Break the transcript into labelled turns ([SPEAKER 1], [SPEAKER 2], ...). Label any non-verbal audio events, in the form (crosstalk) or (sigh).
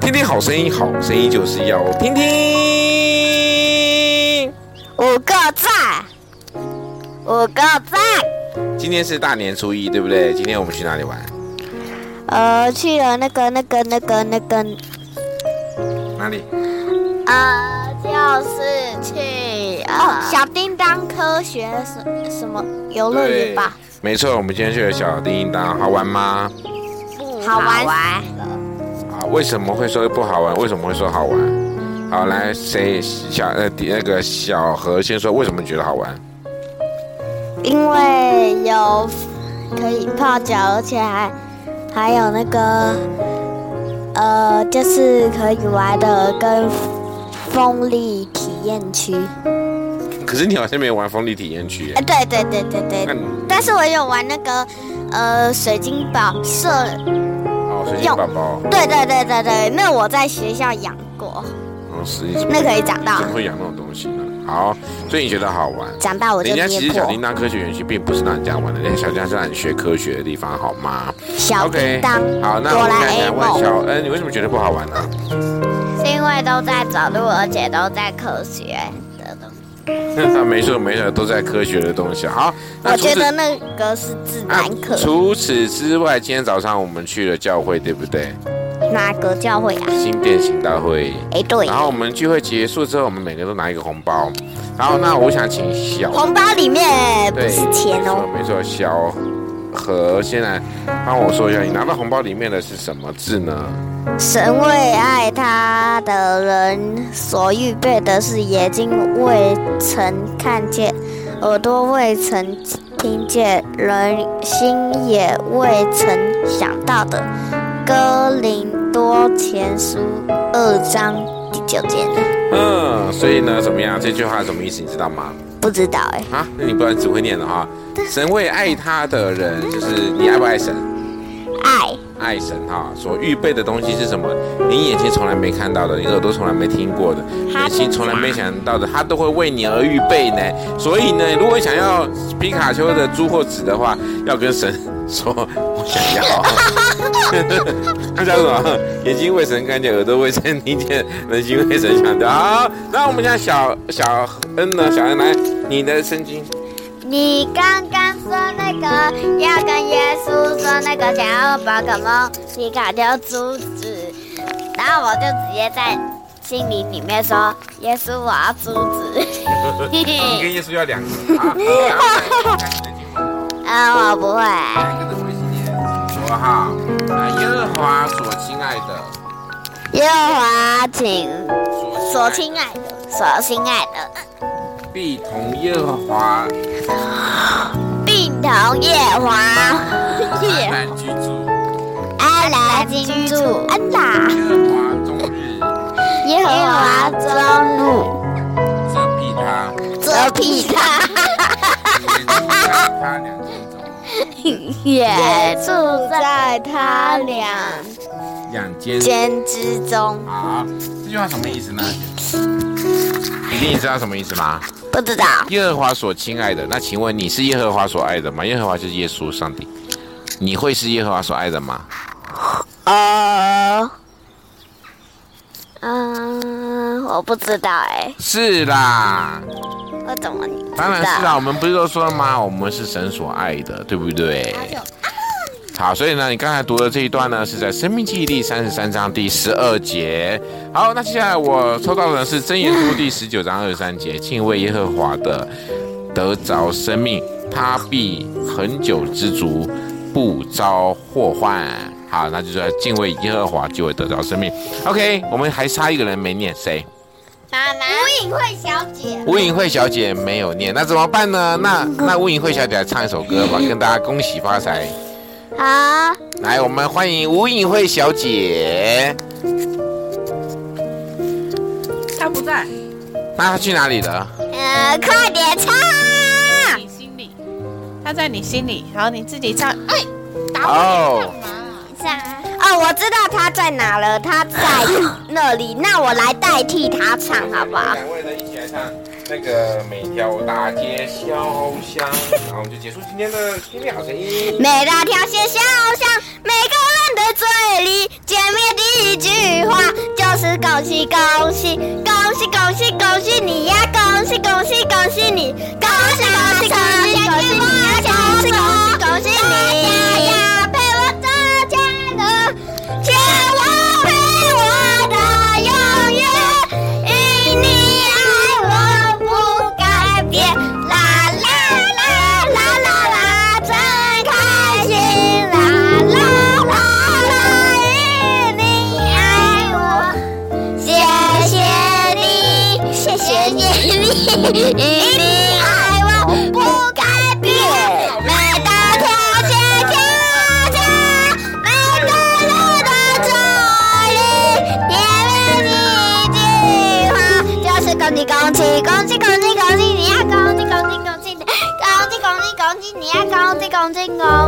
[SPEAKER 1] 听听好声音，好声音就是要听听。
[SPEAKER 2] 五个赞，五个赞。
[SPEAKER 1] 今天是大年初一，对不对？今天我们去哪里玩？
[SPEAKER 2] 呃，去了那个、那个、那个、那个，
[SPEAKER 1] 哪里？
[SPEAKER 2] 呃，就是去哦，小叮当科学什什么游乐园吧，
[SPEAKER 1] 没错，我们今天去了小叮当，好玩吗？
[SPEAKER 2] 嗯好玩。
[SPEAKER 1] 啊，为什么会说不好玩？为什么会说好玩？好，来，谁小呃第那个小何先说，为什么觉得好玩？
[SPEAKER 2] 因为有可以泡脚，而且还还有那个呃，就是可以玩的跟风力体验区。
[SPEAKER 1] 可是你好像没有玩风力体验区耶
[SPEAKER 2] 哎、，对对对对对
[SPEAKER 1] 那你
[SPEAKER 2] 但是我有玩那个呃水晶宝射，呃
[SPEAKER 1] 哦，水晶宝宝，
[SPEAKER 2] 对对对对对，那我在学校养过，
[SPEAKER 1] 哦，是你怎么
[SPEAKER 2] 那可以长大
[SPEAKER 1] 怎，么会养那种东西呢？好，所以你觉得好玩？
[SPEAKER 2] 长大我就
[SPEAKER 1] 人家
[SPEAKER 2] 跌
[SPEAKER 1] 其实小
[SPEAKER 2] 破
[SPEAKER 1] 叮当科学园区并不是让人家玩的，人家小叮当是让你学科学的地方，好吗
[SPEAKER 2] 小叮
[SPEAKER 1] OK，
[SPEAKER 2] 当、
[SPEAKER 1] 好，那
[SPEAKER 2] 哆
[SPEAKER 1] 我们
[SPEAKER 2] 啦
[SPEAKER 1] 现在
[SPEAKER 2] A
[SPEAKER 1] 来问
[SPEAKER 2] 梦，
[SPEAKER 1] 小恩，哎你为什么觉得不好玩呢、 (laughs)
[SPEAKER 2] 是因为都在走路，而且都在科学的东西。
[SPEAKER 1] 啊？没错没错，都在科学的东西。啊好，那啊
[SPEAKER 2] 我
[SPEAKER 1] 除
[SPEAKER 2] 觉
[SPEAKER 1] 此
[SPEAKER 2] 得那个是自然课，
[SPEAKER 1] 除此之外，今天早上我们去了教会，对不对？
[SPEAKER 2] 哪个教会啊？
[SPEAKER 1] 新店行大会。
[SPEAKER 2] 哎，对
[SPEAKER 1] 然，后我们聚会结束之后，我们每个都拿一个红包。然后，那我想请小
[SPEAKER 2] 红包里面不
[SPEAKER 1] 对，
[SPEAKER 2] 是钱哦，
[SPEAKER 1] 没错，没错，小何先来帮我说一下，你拿到红包里面的是什么字呢？
[SPEAKER 2] 神为爱他的人所预备的是眼睛未曾看见，耳朵未曾听见，人心也未曾想到的。哥林多前书二章第九节，
[SPEAKER 1] 嗯，所以呢，怎么样？这句话什么意思？你知道吗？
[SPEAKER 2] 不知道哎、
[SPEAKER 1] 啊，那你不然只会念了哈。神为爱他的人，就是你爱不爱神？
[SPEAKER 2] 爱
[SPEAKER 1] 爱神哈，所预备的东西是什么？你眼睛从来没看到的，你耳朵从来没听过的，
[SPEAKER 2] 他
[SPEAKER 1] 你心从来没想到的，他都会为你而预备呢。所以呢，如果想要皮卡丘的猪或子的话，要跟神说，我想要。他叫什么？ (laughs) 眼睛为神看见，耳朵为神听见，人心为神想到。好，那我们讲小小恩呢？小恩来，你的圣 (laughs) 经。
[SPEAKER 2] 你刚刚说那个要跟耶稣说那个想要宝可梦皮卡丘阻止，然后我就直接在心里里面说耶稣我要阻止。嘿
[SPEAKER 1] 你
[SPEAKER 2] 嘿，
[SPEAKER 1] 跟耶稣要两个。好好好好开始圣经
[SPEAKER 2] (laughs) 啊，我不会。
[SPEAKER 1] 跟着我一起念，说哈，啊，耶和华所亲爱的，
[SPEAKER 2] 耶和华请所亲
[SPEAKER 1] 的
[SPEAKER 2] 爱的，所亲爱的，
[SPEAKER 1] 必同耶和华
[SPEAKER 2] 并同耶和华
[SPEAKER 1] 安
[SPEAKER 2] 耶
[SPEAKER 1] 然居住，
[SPEAKER 2] 安然居住，安啦，
[SPEAKER 1] 耶和华终日
[SPEAKER 2] 耶和华中怒，
[SPEAKER 1] 责备
[SPEAKER 2] (laughs)
[SPEAKER 1] 他，
[SPEAKER 2] 遮蔽他。
[SPEAKER 1] 也住在他两间中，两间。
[SPEAKER 2] 也住在他两间之中，
[SPEAKER 1] 好，啊这句话什么意思呢？一定知道什么意思吗？
[SPEAKER 2] 不知道
[SPEAKER 1] 耶和华所亲爱的，那请问你是耶和华所爱的吗？耶和华就是耶稣，上帝。你会是耶和华所爱的吗？
[SPEAKER 2] 呃，嗯、我不知道哎、
[SPEAKER 1] 是啦，
[SPEAKER 2] 我怎么知道？
[SPEAKER 1] 当然是啊，我们不是都说了吗？我们是神所爱的，对不对？
[SPEAKER 2] 啊
[SPEAKER 1] 好，所以呢，你刚才读的这一段呢，是在《生命记》第三十三章第十二节。好，那接下来我抽到的是《箴言书》第十九章二十三节：“敬畏耶和华的，得着生命，他必恒久知足，不遭祸患。”好，那就是敬畏耶和华就会得着生命。OK，我们还差一个人没念，谁？
[SPEAKER 2] 妈妈，吴颖慧小姐，
[SPEAKER 1] 吴颖慧小姐没有念，那怎么办呢？那那吴颖慧小姐来唱一首歌吧，跟大家恭喜发财。
[SPEAKER 2] 好，
[SPEAKER 1] 来，我们欢迎吴颖慧小姐。
[SPEAKER 3] 他不在，
[SPEAKER 1] 那她去哪里了？
[SPEAKER 2] 呃，快点唱，
[SPEAKER 3] 你心里，他在你心里，然后你自己唱。哎，
[SPEAKER 1] 哦，
[SPEAKER 2] 唱哦，我知道他在哪了，他在那里，那我来代替他唱好不好？
[SPEAKER 1] 两位呢，一起来唱那个每条大街小巷，然后我们就结束今天的《听听好声音》。
[SPEAKER 2] 每大条线小巷，每个人的嘴里见面第一句话恭喜恭喜恭喜恭喜恭喜你呀！恭喜恭喜恭喜你！恭喜恭喜恭喜恭喜你呀！恭喜恭喜恭喜你！呀，陪我到家的，牵我陪我到永远，因你爱我不改变。啦啦啦啦啦啦，真开心！啦啦啦啦，因你爱我。谢谢你，谢谢你，一定爱我不改变。每到天天天天，每个路的这里，因为你一句话，就是恭喜恭喜恭喜恭喜恭喜你呀，恭喜恭喜恭喜你，恭喜恭喜恭喜你呀，恭喜恭喜恭喜恭